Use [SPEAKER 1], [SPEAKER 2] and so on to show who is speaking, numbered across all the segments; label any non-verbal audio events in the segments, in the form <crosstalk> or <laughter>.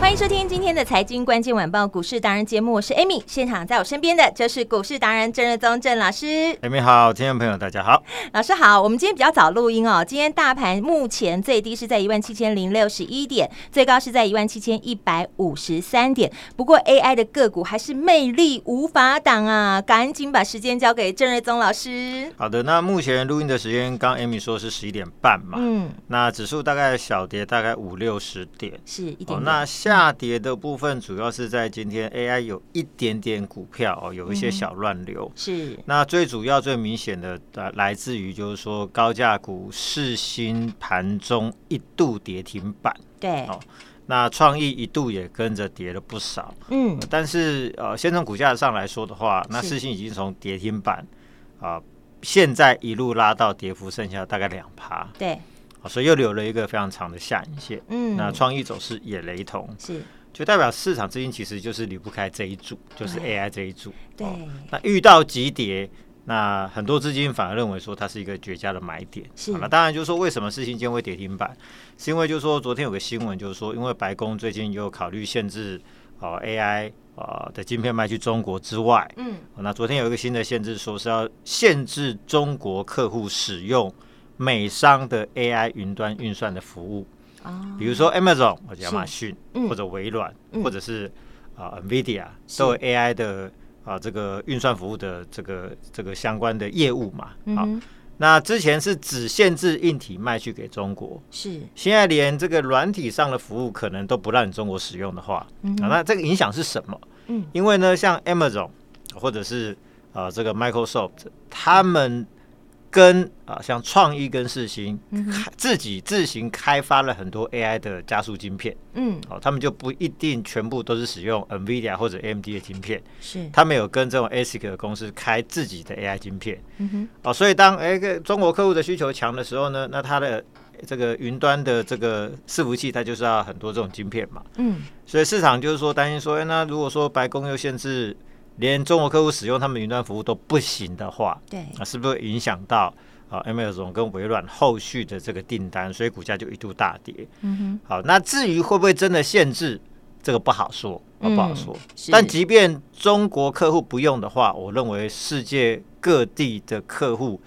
[SPEAKER 1] 欢迎收听今天的财经关键晚报股市达人节目，我是 Amy，现场在我身边的就是股市达人郑瑞宗郑老师。
[SPEAKER 2] 哎，你好，听众朋友，大家好。
[SPEAKER 1] 老师好，我们今天比较早录音哦。今天大盘目前最低是在一万七千零六十一点，最高是在一万七千一百五十三点。不过 AI 的个股还是魅力无法挡啊！赶紧把时间交给郑瑞宗老师。
[SPEAKER 2] 好的，那目前录音的时间，刚 Amy 说是十一点半嘛，
[SPEAKER 1] 嗯，
[SPEAKER 2] 那指数大概小跌大概五六十点。
[SPEAKER 1] 是一
[SPEAKER 2] 哦
[SPEAKER 1] 点，点。
[SPEAKER 2] 那下跌的部分主要是在今天 AI 有一点点股票哦，有一
[SPEAKER 1] 嗯
[SPEAKER 2] 些小乱流。
[SPEAKER 1] 是
[SPEAKER 2] 那最主要、最明显的呃，来自于就是说高价股世新盘中一度跌停板，
[SPEAKER 1] 对，
[SPEAKER 2] 哦那创意一度也跟着跌了不少。
[SPEAKER 1] 嗯，
[SPEAKER 2] 但是呃，先从股价上来说的话，那
[SPEAKER 1] 是
[SPEAKER 2] 世信已经从跌停板啊、现在一路拉到跌幅剩下大概两趴、
[SPEAKER 1] 对，
[SPEAKER 2] 啊所以又留了一个非常长的下影线。
[SPEAKER 1] 嗯，
[SPEAKER 2] 那创意走势也雷同，
[SPEAKER 1] 是
[SPEAKER 2] 就代表市场资金其实就是离不开这一组，就是
[SPEAKER 1] 对
[SPEAKER 2] AI 这一组。哦
[SPEAKER 1] 对，
[SPEAKER 2] 那遇到急跌，那很多资金反而认为说它是一个绝佳的买点。
[SPEAKER 1] 是
[SPEAKER 2] 好了，当然就是说为什么世信间会跌停板，是因为就是说昨天有个新闻，就是说因为白宫最近有考虑限制呃 AI 呃的晶片卖去中国之外，哦
[SPEAKER 1] 嗯，
[SPEAKER 2] 那昨天有一个新的限制，说是要限制中国客户使用美商的 AI 云端运算的服务，
[SPEAKER 1] 啊，
[SPEAKER 2] 比如说 Amazon 或者亚马逊，
[SPEAKER 1] 嗯
[SPEAKER 2] 或者微软，
[SPEAKER 1] 嗯
[SPEAKER 2] 或者是啊、NVIDIA
[SPEAKER 1] 是
[SPEAKER 2] 都有 AI 的啊、这个运算服务的这个这个相关的业务嘛。
[SPEAKER 1] 嗯
[SPEAKER 2] 好，
[SPEAKER 1] 哼，
[SPEAKER 2] 那之前是只限制硬体卖去给中国，
[SPEAKER 1] 是，
[SPEAKER 2] 现在连这个软体上的服务可能都不让你中国使用的话，
[SPEAKER 1] 嗯
[SPEAKER 2] 啊，那这个影响是什么？
[SPEAKER 1] 嗯，
[SPEAKER 2] 因为呢，像 Amazon 或者是呃这个 Microsoft，他们跟啊、像创意跟世新、
[SPEAKER 1] 嗯哼
[SPEAKER 2] 开自己自行开发了很多 AI 的加速晶片，
[SPEAKER 1] 嗯，
[SPEAKER 2] 哦，他们就不一定全部都是使用 NVIDIA 或者 AMD 的晶片，
[SPEAKER 1] 是，
[SPEAKER 2] 他们有跟这种 ASIC 的公司开自己的 AI 晶片，
[SPEAKER 1] 嗯哼，
[SPEAKER 2] 哦，所以当哎、个中国客户的需求强的时候呢，那它的这个云端的这个伺服器，它就是要很多这种晶片嘛。
[SPEAKER 1] 嗯，
[SPEAKER 2] 所以市场就是说担心说，哎、那如果说白宫又限制连中国客户使用他们云端服务都不行的话，
[SPEAKER 1] 对，
[SPEAKER 2] 啊，是不是会影响到啊 Amazon 跟微软后续的这个订单？所以股价就一度大跌。
[SPEAKER 1] 嗯哼，
[SPEAKER 2] 好，那至于会不会真的限制，这个不好说，啊
[SPEAKER 1] 嗯
[SPEAKER 2] 不好说。
[SPEAKER 1] 是
[SPEAKER 2] 但即便中国客户不用的话，我认为世界各地的客户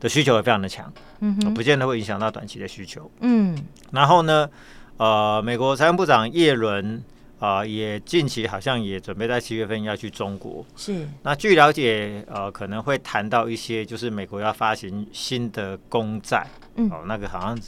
[SPEAKER 2] 的需求也非常的强，
[SPEAKER 1] 嗯
[SPEAKER 2] 啊
[SPEAKER 1] 哼，
[SPEAKER 2] 不见得会影响到短期的需求。
[SPEAKER 1] 嗯，
[SPEAKER 2] 然后呢，呃，美国财政部长耶伦啊、也近期好像也准备在七月份要去中国。
[SPEAKER 1] 是，
[SPEAKER 2] 那据了解，呃，可能会谈到一些，就是美国要发行新的公债，
[SPEAKER 1] 嗯
[SPEAKER 2] 哦，那个好像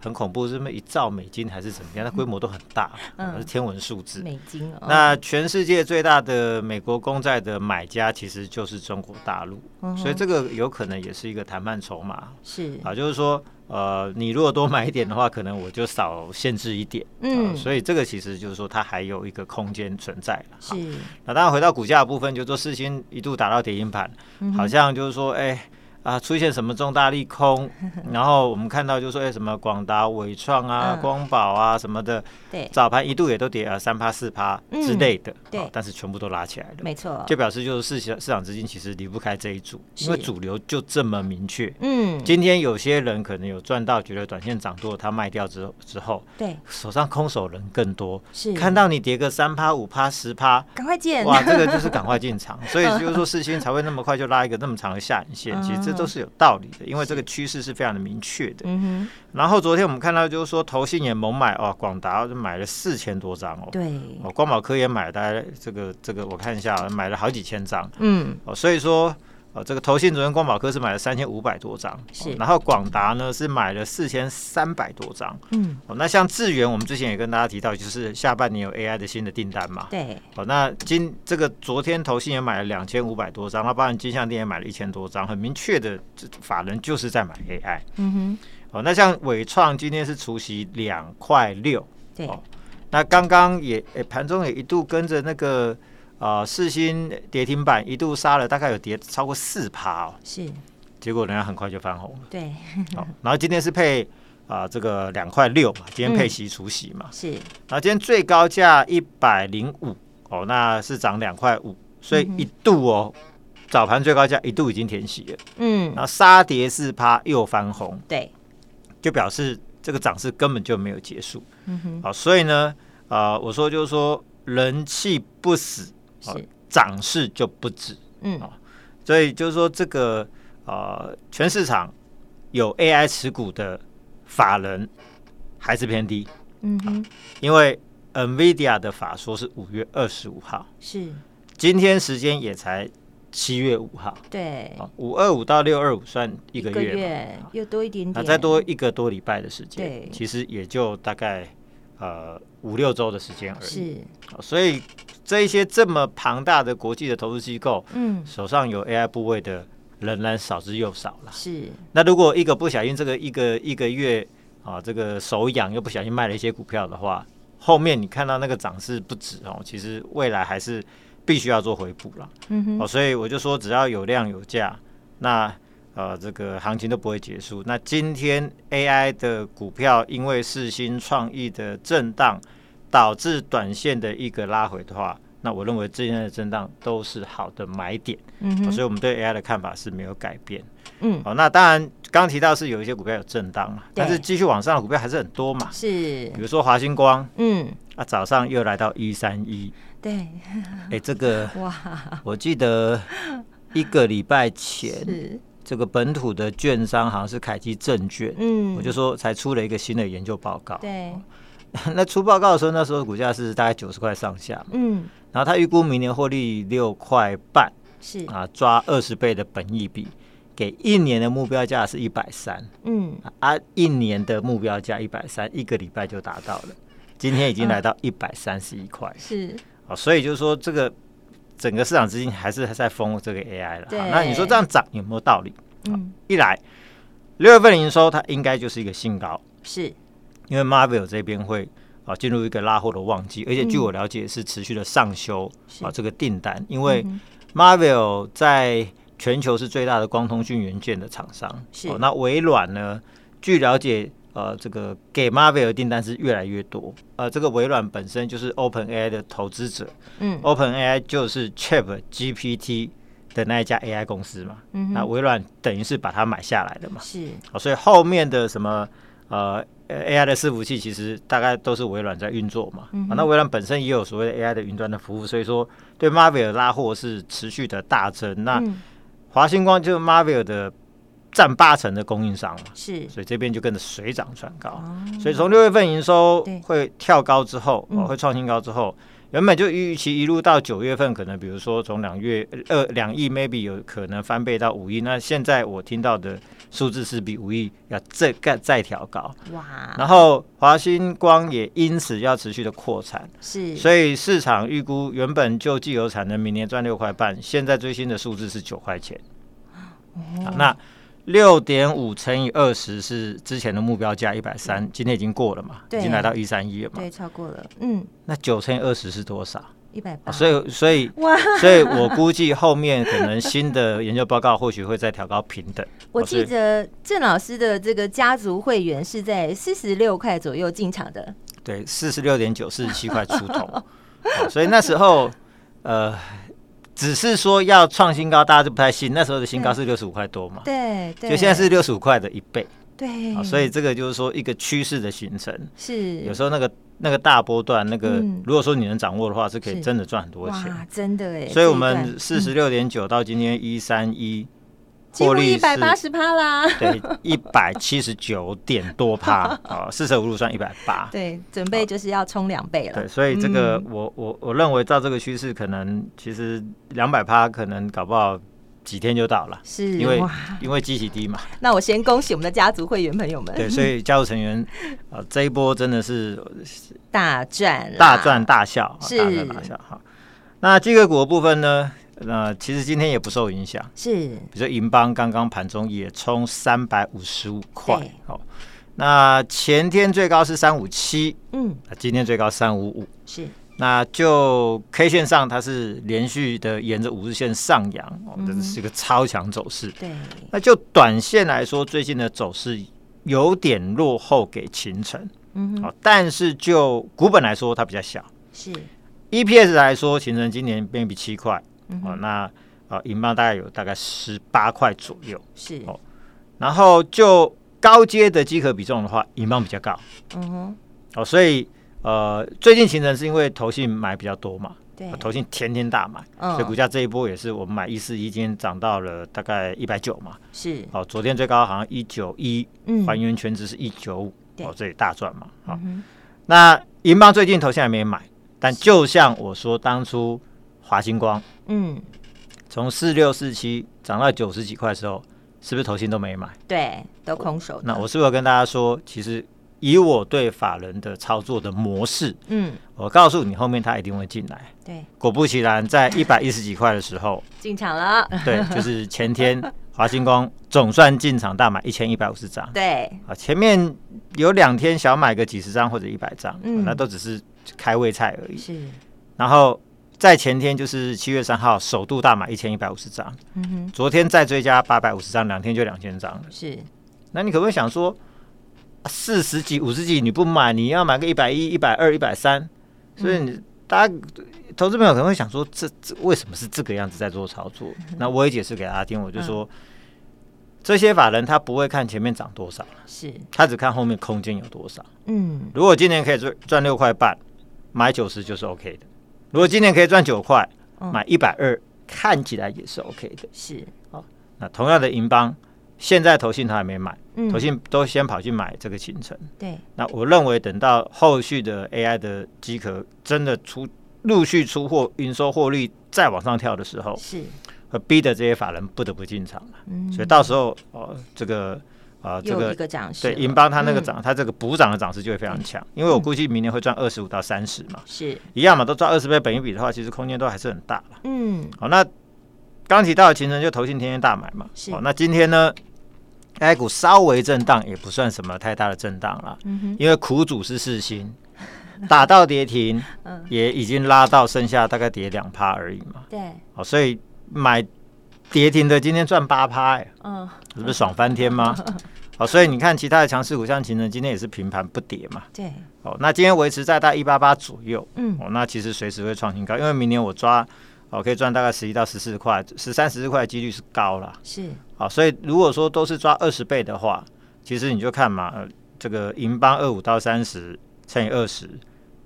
[SPEAKER 2] 很恐怖，是那么一兆美金还是怎么样？那规模都很大，
[SPEAKER 1] 嗯
[SPEAKER 2] 哦是天文数字。
[SPEAKER 1] 美金哦，
[SPEAKER 2] 那全世界最大的美国公债的买家其实就是中国大陆，
[SPEAKER 1] 嗯哼
[SPEAKER 2] 所以这个有可能也是一个谈判筹码
[SPEAKER 1] 是，
[SPEAKER 2] 啊，就是说，呃，你如果多买一点的话，可能我就少限制一点，
[SPEAKER 1] 嗯
[SPEAKER 2] 啊所以这个其实就是说它还有一个空间存在了。好
[SPEAKER 1] 是，
[SPEAKER 2] 那当然回到股价的部分，就说四星一度打到跌停盘，
[SPEAKER 1] 嗯
[SPEAKER 2] 好像就是说，哎、啊，出现什么重大
[SPEAKER 1] <laughs>
[SPEAKER 2] 利空，然后我们看到就是说，哎、什么广达、伟创啊、
[SPEAKER 1] 嗯
[SPEAKER 2] 光宝啊什么的，
[SPEAKER 1] 对，
[SPEAKER 2] 早盘一度也都跌啊三趴四趴
[SPEAKER 1] 嗯
[SPEAKER 2] 之类的，
[SPEAKER 1] 对
[SPEAKER 2] 哦但是全部都拉起来了，
[SPEAKER 1] 没错，
[SPEAKER 2] 就表示就是市场市场资金其实离不开这一组，因为
[SPEAKER 1] 是
[SPEAKER 2] 主流就这么明确。
[SPEAKER 1] 嗯，
[SPEAKER 2] 今天有些人可能有赚到，觉得短线涨多，他卖掉之后之后，
[SPEAKER 1] 对，
[SPEAKER 2] 手上空手人更多，
[SPEAKER 1] 是，
[SPEAKER 2] 看到你跌个三趴、五趴、十趴，
[SPEAKER 1] 赶快见，
[SPEAKER 2] 哇，这个就是赶快进场，所以
[SPEAKER 1] 嗯
[SPEAKER 2] 就是说世新才会那么快就拉一个那么长的下影线，其实这都是有道理的，因为这个趋势是非常的明确
[SPEAKER 1] <laughs>
[SPEAKER 2] 的。
[SPEAKER 1] 嗯
[SPEAKER 2] 然后昨天我们看到就是说投信也猛买哦，广达买了四千多张哦
[SPEAKER 1] 哼，，对，
[SPEAKER 2] 哦，啊光宝科也买了大概这个这个我看一下买了好几千张
[SPEAKER 1] 嗯，
[SPEAKER 2] 哦，所以说呃，这个投信昨天光宝科是买了三千五百多张，哦
[SPEAKER 1] 是
[SPEAKER 2] 然后广达呢是买了四千三百多张。
[SPEAKER 1] 嗯，
[SPEAKER 2] 哦，那像智源，我们之前也跟大家提到，就是下半年有 AI 的新的订单嘛。
[SPEAKER 1] 对，
[SPEAKER 2] 哦，那今这个昨天投信也买了两千五百多张，那包含金项店也买了一千多张，很明确的，这法人就是在买 AI。
[SPEAKER 1] 嗯
[SPEAKER 2] 哦，那像伟创今天是除息两块六，
[SPEAKER 1] 哼，对，
[SPEAKER 2] 哦那刚刚也诶盘中也一度跟着那个呃世新跌停板一度杀了，大概有跌超过四趴哦，
[SPEAKER 1] 是，
[SPEAKER 2] 结果人家很快就翻红了。
[SPEAKER 1] 对，
[SPEAKER 2] 哦，然后今天是配啊、这个两块六嘛，今天配
[SPEAKER 1] 嗯
[SPEAKER 2] 息除息嘛，
[SPEAKER 1] 是，
[SPEAKER 2] 然后今天最高价一百零五，哦，那是涨两块五，所
[SPEAKER 1] 嗯
[SPEAKER 2] 以一度哦。早盘最高价一度已经填息了，
[SPEAKER 1] 嗯
[SPEAKER 2] 然，后杀跌四趴又翻红，
[SPEAKER 1] 对，
[SPEAKER 2] 就表示这个涨势根本就没有结束。
[SPEAKER 1] 嗯哼，
[SPEAKER 2] 好、所以呢，啊、我说就是说人气不死，好
[SPEAKER 1] 是，
[SPEAKER 2] 涨势就不止。
[SPEAKER 1] 嗯
[SPEAKER 2] 好，所以就是说这个呃，全市场有 AI 持股的法人还是偏低，
[SPEAKER 1] 嗯哼，
[SPEAKER 2] 因为 NVIDIA 的法说是五月二十五号，
[SPEAKER 1] 是，
[SPEAKER 2] 今天时间也才七月五号，
[SPEAKER 1] 对，
[SPEAKER 2] 啊，五二五到六二五算一
[SPEAKER 1] 一
[SPEAKER 2] 个
[SPEAKER 1] 个
[SPEAKER 2] 月嘛，
[SPEAKER 1] 月又多一点
[SPEAKER 2] 那
[SPEAKER 1] 点，
[SPEAKER 2] 再多一个多礼拜的时
[SPEAKER 1] 对
[SPEAKER 2] 间，其实也就大概呃五六周的时间而已。
[SPEAKER 1] 是，
[SPEAKER 2] 好所以这一些这么庞大的国际的投资机构
[SPEAKER 1] 嗯，
[SPEAKER 2] 手上有 AI 部位的，仍然少之又少了。
[SPEAKER 1] 是，
[SPEAKER 2] 那如果一个不小心，这个一个一个月啊，这个手痒又不小心卖了一些股票的话，后面你看到那个涨势不止哦，其实未来还是必须要做回补了。
[SPEAKER 1] 嗯哼，
[SPEAKER 2] 哦，所以我就说，只要有量有价，那呃，这个行情都不会结束。那今天 AI 的股票因为世新创意的震荡，导致短线的一个拉回的话，那我认为之前的震荡都是好的买点、
[SPEAKER 1] 嗯
[SPEAKER 2] 哦
[SPEAKER 1] 哼，
[SPEAKER 2] 所以我们对 AI 的看法是没有改变。哦
[SPEAKER 1] 嗯，
[SPEAKER 2] 好、那当然刚提到是有一些股票有震荡嘛，但是
[SPEAKER 1] 对
[SPEAKER 2] 继续往上的股票还是很多嘛，
[SPEAKER 1] 是
[SPEAKER 2] 比，如说华星光
[SPEAKER 1] 嗯，
[SPEAKER 2] 啊，早上又来到一三一，
[SPEAKER 1] 对，
[SPEAKER 2] 哎，这个。
[SPEAKER 1] <laughs> 哇，
[SPEAKER 2] 我记得一个礼拜前，
[SPEAKER 1] 是，
[SPEAKER 2] 这个本土的券商好像是凯基证券，
[SPEAKER 1] 嗯，
[SPEAKER 2] 我就说才出了一个新的研究报告。
[SPEAKER 1] 对，
[SPEAKER 2] <laughs> 那出报告的时候，那时候股价是大概九十块上下嘛，
[SPEAKER 1] 嗯，
[SPEAKER 2] 然后他预估明年获利六块半
[SPEAKER 1] 是，
[SPEAKER 2] 啊，抓二十倍的本益比，给一年的目标价是一百三
[SPEAKER 1] 嗯，
[SPEAKER 2] 啊，一年的目标价一百三，一个礼拜就达到了，今天已经来到一百三十一块。
[SPEAKER 1] 是，
[SPEAKER 2] 哦，所以就是说这个整个市场资金还是在疯这个 AI 了。
[SPEAKER 1] 对
[SPEAKER 2] 好那你说这样涨有没有道理？
[SPEAKER 1] 嗯，
[SPEAKER 2] 一来，六月份的营收它应该就是一个新高，
[SPEAKER 1] 是，
[SPEAKER 2] 因为 Marvel 这边会啊进入一个拉货的旺季，而且据我了解是持续的上修
[SPEAKER 1] 嗯是
[SPEAKER 2] 啊这个订单，因为
[SPEAKER 1] 嗯
[SPEAKER 2] Marvel 在全球是最大的光通讯元件的厂商。哦
[SPEAKER 1] 是
[SPEAKER 2] 那微软呢？据了解，呃，这个给 Marvel 的订单是越来越多。呃，这个微软本身就是 OpenAI 的投资者，
[SPEAKER 1] 嗯，
[SPEAKER 2] OpenAI 就是 Chat GPT 的那一家 AI 公司嘛，
[SPEAKER 1] 嗯哼
[SPEAKER 2] 那微软等于是把它买下来的嘛，
[SPEAKER 1] 是，
[SPEAKER 2] 哦所以后面的什么呃呃 AI 的伺服器，其实大概都是微软在运作嘛、
[SPEAKER 1] 嗯哼
[SPEAKER 2] 啊那微软本身也有所谓的 AI 的云端的服务，所以说对 Marvel 的拉货是持续的大增。那
[SPEAKER 1] 嗯，
[SPEAKER 2] 华星光就是 Marvel 的占八成的供应商嘛，
[SPEAKER 1] 是，
[SPEAKER 2] 所以这边就跟着水涨船高。
[SPEAKER 1] 哦，
[SPEAKER 2] 所以从六月份营收
[SPEAKER 1] 对
[SPEAKER 2] 会跳高之后，
[SPEAKER 1] 嗯
[SPEAKER 2] 哦，会创新高之后，原本就预期一路到九月份，可能比如说从两月呃两亿 maybe 有可能翻倍到五亿，那现在我听到的数字是比五亿要再再再调高，
[SPEAKER 1] 哇，
[SPEAKER 2] 然后华星光也因此要持续的扩产，
[SPEAKER 1] 是，
[SPEAKER 2] 所以市场预估原本就既有产能明年赚六块半，现在最新的数字是九块钱，
[SPEAKER 1] 哦
[SPEAKER 2] 好那。六点五乘以二十是之前的目标价一百三，今天已经过了嘛，
[SPEAKER 1] 对
[SPEAKER 2] 已经来到一三一了嘛。
[SPEAKER 1] 对，超过了，嗯，
[SPEAKER 2] 那九乘以二十是多少？
[SPEAKER 1] 一百
[SPEAKER 2] 啊
[SPEAKER 1] 八，
[SPEAKER 2] 所以，所以，
[SPEAKER 1] 哇，
[SPEAKER 2] 所以我估
[SPEAKER 1] <laughs>
[SPEAKER 2] 计后面可能新的研究报告或许会再调高平等。
[SPEAKER 1] 我
[SPEAKER 2] 哦所以
[SPEAKER 1] 记得郑老师的这个家族会员是在四十六块左右进场的，
[SPEAKER 2] 对，四十六点九、四十七块出头、 <laughs> 啊所以那时候，呃，只是说要创新高，大家就不太信。那时候的新高是六十五块多嘛，
[SPEAKER 1] 对，对，
[SPEAKER 2] 就现在是六十五块的一倍
[SPEAKER 1] 对，
[SPEAKER 2] 啊，所以这个就是说一个趋势的形成。
[SPEAKER 1] 是
[SPEAKER 2] 有时候那个那个大波段，那个、
[SPEAKER 1] 嗯
[SPEAKER 2] 如果说你能掌握的话，是可
[SPEAKER 1] 是
[SPEAKER 2] 以真的赚很多钱。
[SPEAKER 1] 哇，真的哎，
[SPEAKER 2] 所以我
[SPEAKER 1] 这一
[SPEAKER 2] 们
[SPEAKER 1] 段嗯
[SPEAKER 2] 四十六点九到今天一三一，
[SPEAKER 1] 几乎一
[SPEAKER 2] 是啊
[SPEAKER 1] 百八十趴啦，
[SPEAKER 2] 对一百七十九点多趴啊，四舍五入算一百八。
[SPEAKER 1] 对，准备就是要冲两倍了
[SPEAKER 2] 啊对，，所以这个
[SPEAKER 1] 嗯
[SPEAKER 2] 我我我认为照这个趋势，可能其实两百趴可能搞不好几天就到了，
[SPEAKER 1] 是
[SPEAKER 2] 因为
[SPEAKER 1] 哇，
[SPEAKER 2] 因为基期
[SPEAKER 1] <laughs>
[SPEAKER 2] 低嘛，
[SPEAKER 1] 那我先恭喜我们的家族会员朋友们，
[SPEAKER 2] 对，所以加入成员，呃，这一波真的是
[SPEAKER 1] 大赚啦
[SPEAKER 2] 大赚大笑，
[SPEAKER 1] 啊
[SPEAKER 2] 啊
[SPEAKER 1] 是
[SPEAKER 2] 大赚大笑哈。那基个股的部分呢，呃，其实今天也不受影响，
[SPEAKER 1] 是
[SPEAKER 2] 比如说银邦刚刚盘中也冲三百五十五块
[SPEAKER 1] 对，
[SPEAKER 2] 哦，那前天最高是三五七，
[SPEAKER 1] 嗯
[SPEAKER 2] 那今天最高三五五，
[SPEAKER 1] 是
[SPEAKER 2] 那就 K 线上它是连续的沿着五日线上扬，哦，
[SPEAKER 1] 嗯
[SPEAKER 2] 这是一个超强走势。
[SPEAKER 1] 对
[SPEAKER 2] 那就短线来说，最近的走势有点落后给秦城，
[SPEAKER 1] 嗯哼
[SPEAKER 2] 好、但是就股本来说，它比较小。
[SPEAKER 1] 是
[SPEAKER 2] EPS 来说，秦城今年变比七块，
[SPEAKER 1] 嗯
[SPEAKER 2] 哦，那呃，银邦大概有大概十八块左右，
[SPEAKER 1] 是
[SPEAKER 2] 好然后就高阶的机壳比重的话，银邦比较高，
[SPEAKER 1] 嗯哼
[SPEAKER 2] 哦，所以呃，最近秦城是因为投信买比较多嘛，
[SPEAKER 1] 对
[SPEAKER 2] 哦投信天天大买，
[SPEAKER 1] 嗯
[SPEAKER 2] 所以股价这一波也是我们买一四一，今天涨到了大概一百九嘛，
[SPEAKER 1] 是
[SPEAKER 2] 哦，昨天最高好像一九一，
[SPEAKER 1] 嗯
[SPEAKER 2] 还原全值是一九五，
[SPEAKER 1] 对
[SPEAKER 2] 哦，这里大赚嘛，好、
[SPEAKER 1] 嗯
[SPEAKER 2] 那银邦最近头现还没买，但就像我说，当初华星光
[SPEAKER 1] 哼嗯
[SPEAKER 2] 从四六四七涨到九十几块的时候，是不是投信都没买？
[SPEAKER 1] 对都空手的
[SPEAKER 2] 那我是不是有跟大家说，其实以我对法人的操作的模式，
[SPEAKER 1] 嗯
[SPEAKER 2] 我告诉你，后面他一定会进来。
[SPEAKER 1] 对
[SPEAKER 2] 果不其然，在一百一十几块的时候，
[SPEAKER 1] 进场了
[SPEAKER 2] 对，就是前天华星光总算进场大买一千一百五十张。
[SPEAKER 1] 对
[SPEAKER 2] 啊，前面有两天小买个几十张或者一百张，啊
[SPEAKER 1] 嗯
[SPEAKER 2] 那都只是开胃菜而已。
[SPEAKER 1] 是
[SPEAKER 2] 然后在前天就是七月三号首度大买一千一百五十张，
[SPEAKER 1] 嗯哼
[SPEAKER 2] 昨天再追加八百五十张，两天就两千张了。
[SPEAKER 1] 是
[SPEAKER 2] 那你可不可以想说，啊四十几、五十几你不买，你要买个一百一、一百二、一百三？所以你大家投资朋友可能会想说，这这为什么是这个样子在做操作？那我也解释给大家听，我就说。这些法人他不会看前面涨多少，
[SPEAKER 1] 是
[SPEAKER 2] 他只看后面空间有多少。
[SPEAKER 1] 嗯
[SPEAKER 2] 如果今年可以赚赚六块半，买九十就是 OK 的；如果今年可以赚九块，
[SPEAKER 1] 嗯
[SPEAKER 2] 买一百二，看起来也是 OK 的。
[SPEAKER 1] 是
[SPEAKER 2] 那同样的银邦，现在投信他还没买，
[SPEAKER 1] 嗯
[SPEAKER 2] 投信都先跑去买这个秦城。
[SPEAKER 1] 对
[SPEAKER 2] 那我认为等到后续的 AI 的机壳真的出陆续出货，营收获利再往上跳的时候，
[SPEAKER 1] 是
[SPEAKER 2] 会逼得这些法人不得不进场了。
[SPEAKER 1] 嗯
[SPEAKER 2] 所以到时候哦，这个啊、这
[SPEAKER 1] 又一
[SPEAKER 2] 个
[SPEAKER 1] 个涨势
[SPEAKER 2] 对
[SPEAKER 1] 了
[SPEAKER 2] 银邦它那个
[SPEAKER 1] 嗯
[SPEAKER 2] 涨，它这个补涨的涨势就会非常强，因为我估计明年会赚二十五到三十嘛，
[SPEAKER 1] 是
[SPEAKER 2] 一样嘛，都赚二十倍本一比的话，其实空间都还是很大了。
[SPEAKER 1] 嗯
[SPEAKER 2] 好，那刚提到的秦城就投信天天大买嘛，
[SPEAKER 1] 是
[SPEAKER 2] 好，那今天呢，A 股稍微震荡也不算什么太大的震荡了，
[SPEAKER 1] 嗯哼
[SPEAKER 2] 因为苦主是四星，打到跌停，也已经拉到剩下大概跌两趴而已嘛，
[SPEAKER 1] 对
[SPEAKER 2] 好，所以买跌停的今天赚八趴哎。
[SPEAKER 1] 嗯
[SPEAKER 2] 这不是爽翻天吗？好，所以你看其他的强势股，像秦城今天也是平盘不跌嘛。
[SPEAKER 1] 对
[SPEAKER 2] 哦，那今天维持在大概一八八左右。
[SPEAKER 1] 嗯
[SPEAKER 2] 哦，那其实随时会创新高，因为明年我抓哦可以赚大概十一到十四块，十三十四块的几率是高啦。
[SPEAKER 1] 是
[SPEAKER 2] 好，所以如果说都是抓二十倍的话，其实你就看嘛，呃、这个银邦二五到三十乘以二十，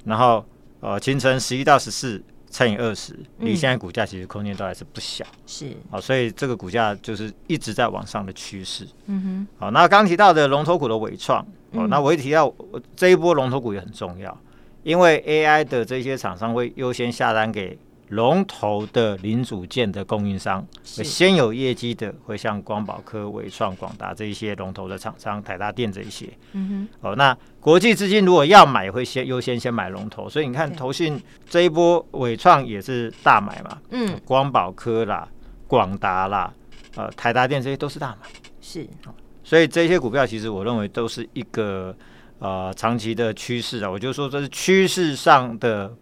[SPEAKER 2] 然后呃秦城十一到十四乘以二十，离
[SPEAKER 1] 嗯
[SPEAKER 2] 现在股价其实空间都还是不小。
[SPEAKER 1] 是
[SPEAKER 2] 好，所以这个股价就是一直在往上的趋势。
[SPEAKER 1] 嗯
[SPEAKER 2] 好，那刚提到的龙头股的伟创，哦
[SPEAKER 1] 嗯，
[SPEAKER 2] 那我也提到我这一波龙头股也很重要，因为 AI 的这些厂商会优先下单给龙头的零组件的供应商，
[SPEAKER 1] 是
[SPEAKER 2] 先有业绩的会像光宝科、伟创、广达这一些龙头的厂商，台达电这一些。
[SPEAKER 1] 哼嗯
[SPEAKER 2] 哦，那国际资金如果要买，也会先优先先买龙头，所以你看
[SPEAKER 1] 对
[SPEAKER 2] 投信这一波伟创也是大买嘛，
[SPEAKER 1] 哼嗯
[SPEAKER 2] 光宝科啦、广达啦、呃台达电这些都是大买。
[SPEAKER 1] 是
[SPEAKER 2] 所以这些股票其实我认为都是一个呃长期的趋势啊，我就说这是趋势上的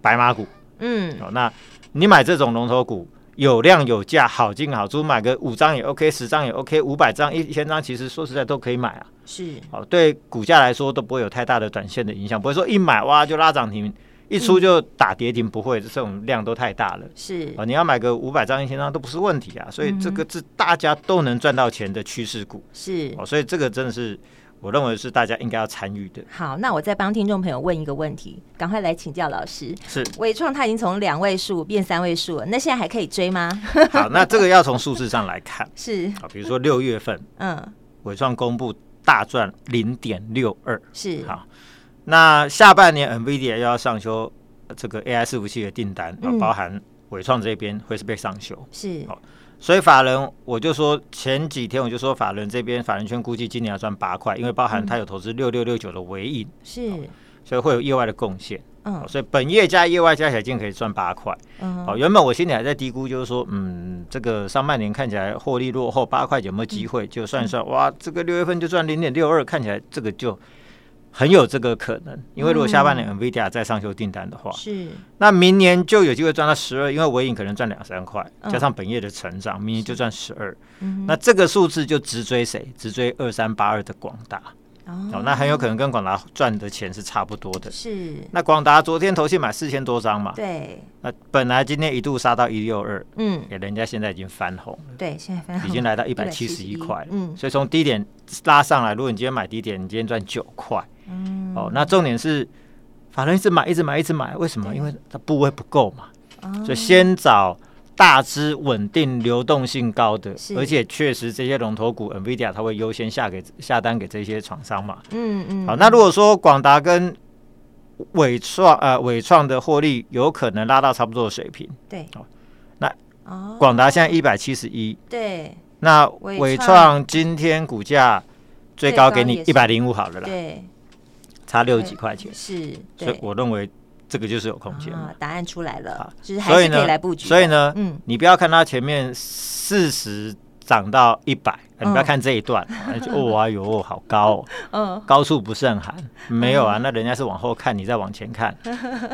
[SPEAKER 2] 白马股
[SPEAKER 1] 嗯
[SPEAKER 2] 哦。那你买这种龙头股，有量有价，好进好出，买个五张也 OK，十张也 OK，五百张、一千张，其实说实在都可以买啊。
[SPEAKER 1] 是
[SPEAKER 2] 哦，对股价来说都不会有太大的短线的影响，不会说一买哇就拉涨停，一出
[SPEAKER 1] 嗯
[SPEAKER 2] 就打跌停，不会，这种量都太大了。
[SPEAKER 1] 是
[SPEAKER 2] 啊，你要买个五百张、一千张都不是问题啊，所以这
[SPEAKER 1] 嗯
[SPEAKER 2] 个是大家都能赚到钱的趋势股。
[SPEAKER 1] 是
[SPEAKER 2] 哦，所以这个真的是我认为是大家应该要参与的。
[SPEAKER 1] 好，那我再帮听众朋友问一个问题，赶快来请教老师。
[SPEAKER 2] 是
[SPEAKER 1] 伟创它已经从两位数变三位数了，那现在还可以追吗？
[SPEAKER 2] 好，那这个要从数字上来看
[SPEAKER 1] 是，
[SPEAKER 2] 啊，比如说六月份
[SPEAKER 1] 嗯，
[SPEAKER 2] 伟创公布大赚零点六二，
[SPEAKER 1] 是，
[SPEAKER 2] 好，那下半年 NVIDIA 又要上修呃这个 AI 伺服器的订单，啊
[SPEAKER 1] 嗯
[SPEAKER 2] 包含伟创这边会是被上修，
[SPEAKER 1] 是，
[SPEAKER 2] 好所以法人我就说前几天我就说法人这边法人圈估计今年要赚八块，因为包
[SPEAKER 1] 嗯
[SPEAKER 2] 含它有投资六六六九的尾影，
[SPEAKER 1] 是，
[SPEAKER 2] 所以会有业外的贡献。
[SPEAKER 1] 嗯
[SPEAKER 2] 哦所以本业加业外加起来，今天可以赚八块。
[SPEAKER 1] 嗯
[SPEAKER 2] 哦，原本我心里还在低估，就是说，嗯，这个上半年看起来获利落后，八块有没有机会？就算一算，哇，这个六月份就赚零点六二，看起来这个就很有这个可能。因为如果下半年
[SPEAKER 1] 嗯
[SPEAKER 2] NVIDIA 再上修订单的话，
[SPEAKER 1] 是，
[SPEAKER 2] 那明年就有机会赚到十二，因为尾影可能赚两三块，
[SPEAKER 1] 嗯
[SPEAKER 2] 加上本业的成长，明年就赚十二。
[SPEAKER 1] 嗯
[SPEAKER 2] 那这个数字就直追谁？直追二三八二的广达。
[SPEAKER 1] 哼，
[SPEAKER 2] 哦，那很有可能跟广达赚的钱是差不多的。
[SPEAKER 1] 是，
[SPEAKER 2] 那广达昨天投信买四千多张嘛，
[SPEAKER 1] 对，
[SPEAKER 2] 那本来今天一度杀到一六二，
[SPEAKER 1] 嗯，
[SPEAKER 2] 给人家现在已经翻红了，
[SPEAKER 1] 对，现在反正
[SPEAKER 2] 已经来到一百七十一
[SPEAKER 1] 171
[SPEAKER 2] 块了。
[SPEAKER 1] 嗯
[SPEAKER 2] 所以从低点拉上来，如果你今天买低点，你今天赚九块。
[SPEAKER 1] 嗯
[SPEAKER 2] 哦，那重点是法人一直买，一直买，一直买，为什么？因为它部位不够嘛，
[SPEAKER 1] 哦
[SPEAKER 2] 所以先找。大只稳定、流动性高的
[SPEAKER 1] 是，
[SPEAKER 2] 而且确实这些龙头股，NVIDIA 它会优先下给下单给这些厂商嘛。
[SPEAKER 1] 嗯嗯，
[SPEAKER 2] 好，那如果说广达跟伟创呃伟创的获利有可能拉到差不多的水平，
[SPEAKER 1] 对，
[SPEAKER 2] 那
[SPEAKER 1] 哦，
[SPEAKER 2] 广达现在一百七十一，
[SPEAKER 1] 对
[SPEAKER 2] 那
[SPEAKER 1] 伟
[SPEAKER 2] 伟
[SPEAKER 1] 创
[SPEAKER 2] 创今天股价最高给你一
[SPEAKER 1] 最高
[SPEAKER 2] 百零五好了啦，
[SPEAKER 1] 对
[SPEAKER 2] 差六几块钱，
[SPEAKER 1] 是，
[SPEAKER 2] 所以
[SPEAKER 1] 对，
[SPEAKER 2] 我认为这个就是有空间嘛
[SPEAKER 1] 啊，答案出来了
[SPEAKER 2] 好，
[SPEAKER 1] 就是还
[SPEAKER 2] 所以
[SPEAKER 1] 是可以
[SPEAKER 2] 呢
[SPEAKER 1] 来布，局的，
[SPEAKER 2] 所以呢，
[SPEAKER 1] 嗯
[SPEAKER 2] 你不要看它前面四十涨到一百、你不要
[SPEAKER 1] 嗯
[SPEAKER 2] 看这一段，啊就哦哎呦，好高哦。
[SPEAKER 1] 嗯，
[SPEAKER 2] 高处不胜寒，没有啊，那人家是往后看，你再往前看。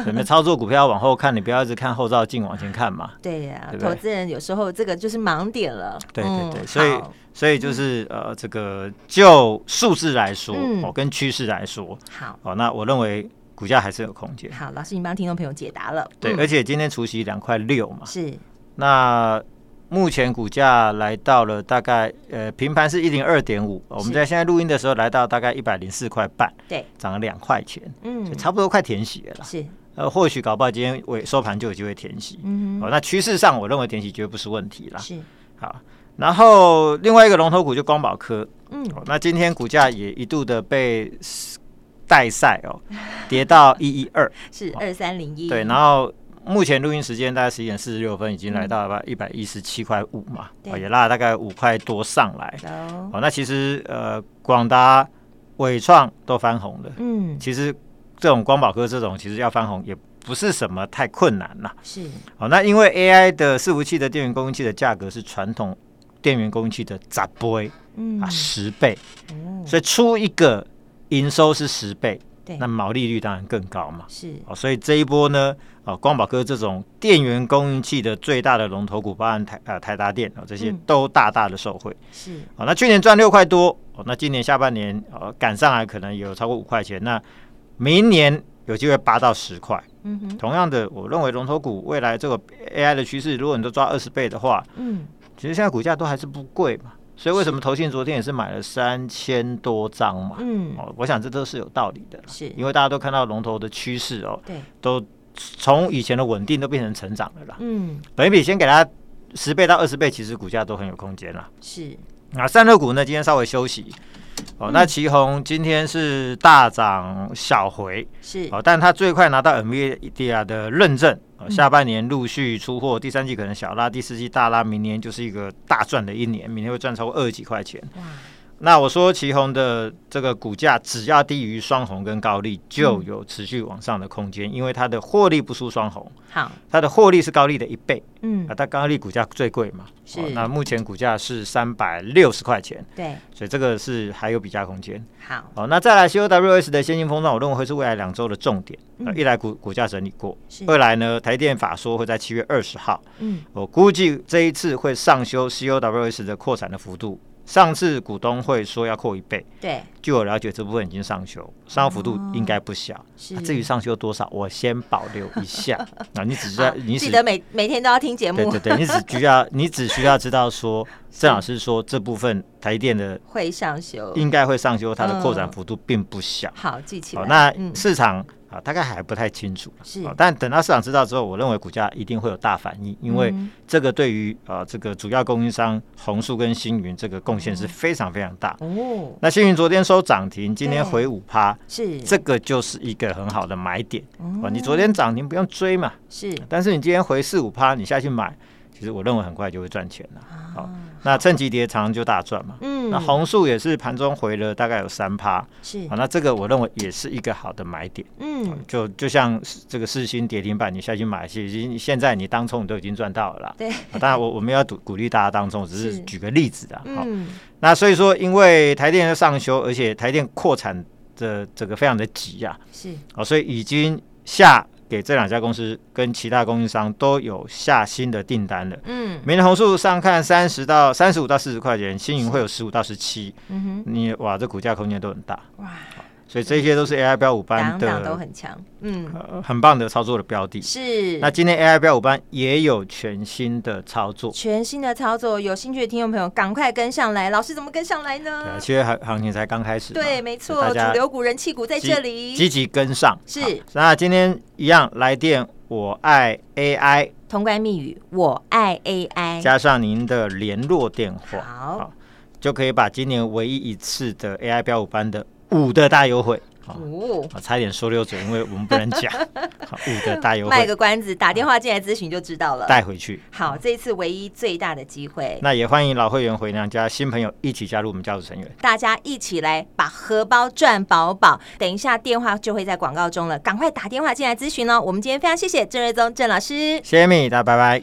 [SPEAKER 2] 你们操作股票要往后看，你不要一直看后照镜往前看嘛。
[SPEAKER 1] 对呀，
[SPEAKER 2] 对不
[SPEAKER 1] 投
[SPEAKER 2] 对
[SPEAKER 1] 资人有时候这个就是盲点了，
[SPEAKER 2] 对对对，
[SPEAKER 1] 嗯
[SPEAKER 2] 所以
[SPEAKER 1] 好
[SPEAKER 2] 所以就是呃，这个就数字来说，
[SPEAKER 1] 嗯
[SPEAKER 2] 哦，跟趋势来说，
[SPEAKER 1] 好
[SPEAKER 2] 哦，那我认为股价还是有空间。
[SPEAKER 1] 好，老师已经帮听众朋友解答了，
[SPEAKER 2] 对，
[SPEAKER 1] 嗯
[SPEAKER 2] 而且今天除夕两块六嘛，
[SPEAKER 1] 是
[SPEAKER 2] 那目前股价来到了大概呃平盘是一零二点五，我
[SPEAKER 1] 是
[SPEAKER 2] 们在现在录音的时候来到大概一百零四块半，
[SPEAKER 1] 对，
[SPEAKER 2] 涨了两块钱，
[SPEAKER 1] 嗯
[SPEAKER 2] 就，差不多快填息了啦。
[SPEAKER 1] 是，
[SPEAKER 2] 呃，或许搞不好今天尾收盘就有机会填息。
[SPEAKER 1] 嗯
[SPEAKER 2] 哦，那趋势上我认为填息绝不是问题啦
[SPEAKER 1] 哼，。是，
[SPEAKER 2] 好，然后另外一个龙头股就光宝科，
[SPEAKER 1] 嗯，
[SPEAKER 2] 哦，那今天股价也一度的被带赛哦，跌到一一二，
[SPEAKER 1] 是
[SPEAKER 2] 好
[SPEAKER 1] 二三零一，
[SPEAKER 2] 对，然后。目前录音时间大概十一点四十六分，已经来到了一百一十七块五嘛，
[SPEAKER 1] 对
[SPEAKER 2] 哦，也拉了大概五块多上来。
[SPEAKER 1] 后
[SPEAKER 2] 哦，那其实呃，广达、伟创都翻红了。
[SPEAKER 1] 嗯
[SPEAKER 2] 其实这种光宝科这种，其实要翻红也不是什么太困难啦。
[SPEAKER 1] 是，
[SPEAKER 2] 好、那因为 AI 的伺服器的电源供应器的价格是传统电源供应器的十倍
[SPEAKER 1] 嗯
[SPEAKER 2] 啊十倍，
[SPEAKER 1] 哦
[SPEAKER 2] 所以出一个营收是十倍，
[SPEAKER 1] 对
[SPEAKER 2] 那毛利率当然更高嘛。
[SPEAKER 1] 是
[SPEAKER 2] 哦，所以这一波呢，啊、光宝科这种电源供应器的最大的龙头股，包含台呃台达电啊、哦这些
[SPEAKER 1] 嗯
[SPEAKER 2] 都大大的受惠。
[SPEAKER 1] 是，
[SPEAKER 2] 好、那去年赚六块多，哦，那今年下半年呃赶上来可能有超过五块钱，那明年有机会八到十块。
[SPEAKER 1] 嗯哼，
[SPEAKER 2] 同样的，我认为龙头股未来这个 AI 的趋势，如果你都抓二十倍的话，
[SPEAKER 1] 嗯
[SPEAKER 2] 其实现在股价都还是不贵嘛。所以为什么投信昨天也是买了三千多张嘛？
[SPEAKER 1] 嗯，
[SPEAKER 2] 哦，我想这都是有道理的啦，
[SPEAKER 1] 是
[SPEAKER 2] 因为大家都看到龙头的趋势哦，
[SPEAKER 1] 对，
[SPEAKER 2] 都从以前的稳定都变成成长了啦。
[SPEAKER 1] 嗯
[SPEAKER 2] 本一比先给它十倍到二十倍，其实股价都很有空间啦。
[SPEAKER 1] 是，
[SPEAKER 2] 啊，散热股呢今天稍微休息。哦，那旗宏今天是大涨小回，
[SPEAKER 1] 是
[SPEAKER 2] 哦，但它最快拿到 NVIDIA 的认证，
[SPEAKER 1] 嗯
[SPEAKER 2] 哦、下半年陆续出货，第三季可能小拉，第四季大拉，明年就是一个大赚的一年，明年会赚超过二十几块钱。
[SPEAKER 1] 哇，
[SPEAKER 2] 那我说旗宏的这个股价只要低于双红跟高利，就有持续往上的空间，因为它的获利不输双红，
[SPEAKER 1] 好，
[SPEAKER 2] 它的获利是高利的一倍
[SPEAKER 1] 嗯
[SPEAKER 2] 啊，但高利股价最贵嘛，哦
[SPEAKER 1] 是
[SPEAKER 2] 那目前股价是三百六十块钱，
[SPEAKER 1] 对，
[SPEAKER 2] 所以这个是还有比价空间。
[SPEAKER 1] 好
[SPEAKER 2] 好，那再来 COWS 的先进封装，我认为会是未来两周的重点。呃一来股股价整理过
[SPEAKER 1] 嗯是，
[SPEAKER 2] 二来呢，台电法说会在七月二十号，
[SPEAKER 1] 嗯
[SPEAKER 2] 我估计这一次会上修 COWS 的扩产的幅度。上次股东会说要扩一倍，
[SPEAKER 1] 对
[SPEAKER 2] 据我了解，这部分已经上修，上修幅度应该不小。
[SPEAKER 1] 哦是
[SPEAKER 2] 啊至于上修多少，我先保留一下。
[SPEAKER 1] <laughs>
[SPEAKER 2] 啊，你只需要
[SPEAKER 1] 好，
[SPEAKER 2] 你只
[SPEAKER 1] 记得每每天都要听节
[SPEAKER 2] 对
[SPEAKER 1] 目
[SPEAKER 2] 对，对，你只需要你只需要知道说，郑老师说这部分台电的
[SPEAKER 1] <laughs> 会上修，
[SPEAKER 2] 应该会上修，它的扩展
[SPEAKER 1] 嗯
[SPEAKER 2] 幅度并不小。
[SPEAKER 1] 好记起
[SPEAKER 2] 好、
[SPEAKER 1] 来，
[SPEAKER 2] 那
[SPEAKER 1] 嗯
[SPEAKER 2] 市场、啊，大概还不太清楚。
[SPEAKER 1] 是
[SPEAKER 2] 好但等到市场知道之后，我认为股价一定会有大反应，因为
[SPEAKER 1] 嗯
[SPEAKER 2] 这个对于啊这个主要供应商红树跟星云这个贡献是
[SPEAKER 1] 嗯
[SPEAKER 2] 非常非常大。
[SPEAKER 1] 哦
[SPEAKER 2] 那星云昨天收涨停，今天回五趴，
[SPEAKER 1] 是
[SPEAKER 2] 这个就是一个很好的啊买点。哦，你昨天涨停不用追嘛，
[SPEAKER 1] 是
[SPEAKER 2] 但是你今天回四五趴，你下去买，其实我认为很快就会赚钱了。好、那趁急跌常常就大赚嘛。
[SPEAKER 1] 啊嗯
[SPEAKER 2] 那红树也是盘中回了大概有三趴，
[SPEAKER 1] 是
[SPEAKER 2] 好，，那这个我认为也是一个好的买点。
[SPEAKER 1] 嗯，
[SPEAKER 2] 就就像这个世新跌停板，你下去买，其实你现在你当冲你都已经赚到了啦。
[SPEAKER 1] 对，
[SPEAKER 2] 啊当然我我们要鼓鼓励大家当冲，只
[SPEAKER 1] 是
[SPEAKER 2] 是举个例子啊。好、
[SPEAKER 1] 嗯，
[SPEAKER 2] 那所以说，因为台电要上修，而且台电扩产的这个非常的急啊，
[SPEAKER 1] 是，
[SPEAKER 2] 哦，所以已经下给这两家公司跟其他供应商都有下新的订单了。
[SPEAKER 1] 嗯
[SPEAKER 2] 每年红树上看三十到三十五到四十块钱，新云会有十五到十七，
[SPEAKER 1] 嗯
[SPEAKER 2] 你哇，这股价空间都很大，
[SPEAKER 1] 哼，哇，
[SPEAKER 2] 所以这些都是 AI 标五班
[SPEAKER 1] 档
[SPEAKER 2] 的
[SPEAKER 1] 档都很强，嗯，
[SPEAKER 2] 呃很棒的操作的标的。
[SPEAKER 1] 是。
[SPEAKER 2] 那今天 AI 标五班也有全新的操作，
[SPEAKER 1] 全新的操作，有兴趣的听众朋友赶快跟上来。老师怎么跟上来
[SPEAKER 2] 对
[SPEAKER 1] 呢
[SPEAKER 2] 啊，？七月行行情才刚开始嘛，
[SPEAKER 1] 对，没错，
[SPEAKER 2] 大
[SPEAKER 1] 主
[SPEAKER 2] 家
[SPEAKER 1] 流股、人气股在
[SPEAKER 2] 积
[SPEAKER 1] 这里。
[SPEAKER 2] 积极跟上。
[SPEAKER 1] 是
[SPEAKER 2] 好那今天一样来电，我爱 AI
[SPEAKER 1] 通关密语，我爱 AI。
[SPEAKER 2] 加上您的联络电话，
[SPEAKER 1] 好
[SPEAKER 2] 就可以把今年唯一一次的 AI 标五班的五的大优惠，好、
[SPEAKER 1] 哦，
[SPEAKER 2] 我差一点说溜嘴，因为我们不
[SPEAKER 1] <laughs>
[SPEAKER 2] 能讲好五的大优
[SPEAKER 1] 卖
[SPEAKER 2] 惠
[SPEAKER 1] 个关子，打电话进来咨询就知道了。
[SPEAKER 2] 带回去。
[SPEAKER 1] 好，这一次唯一最大的机会，
[SPEAKER 2] 那也欢迎老会员回娘家，新朋友一起加入我们家族成员。
[SPEAKER 1] 大家一起来把荷包赚饱饱。等一下电话就会在广告中了，赶快打电话进来咨询喽。我们今天非常谢谢郑瑞宗郑老师。
[SPEAKER 2] 谢谢米，大家拜拜。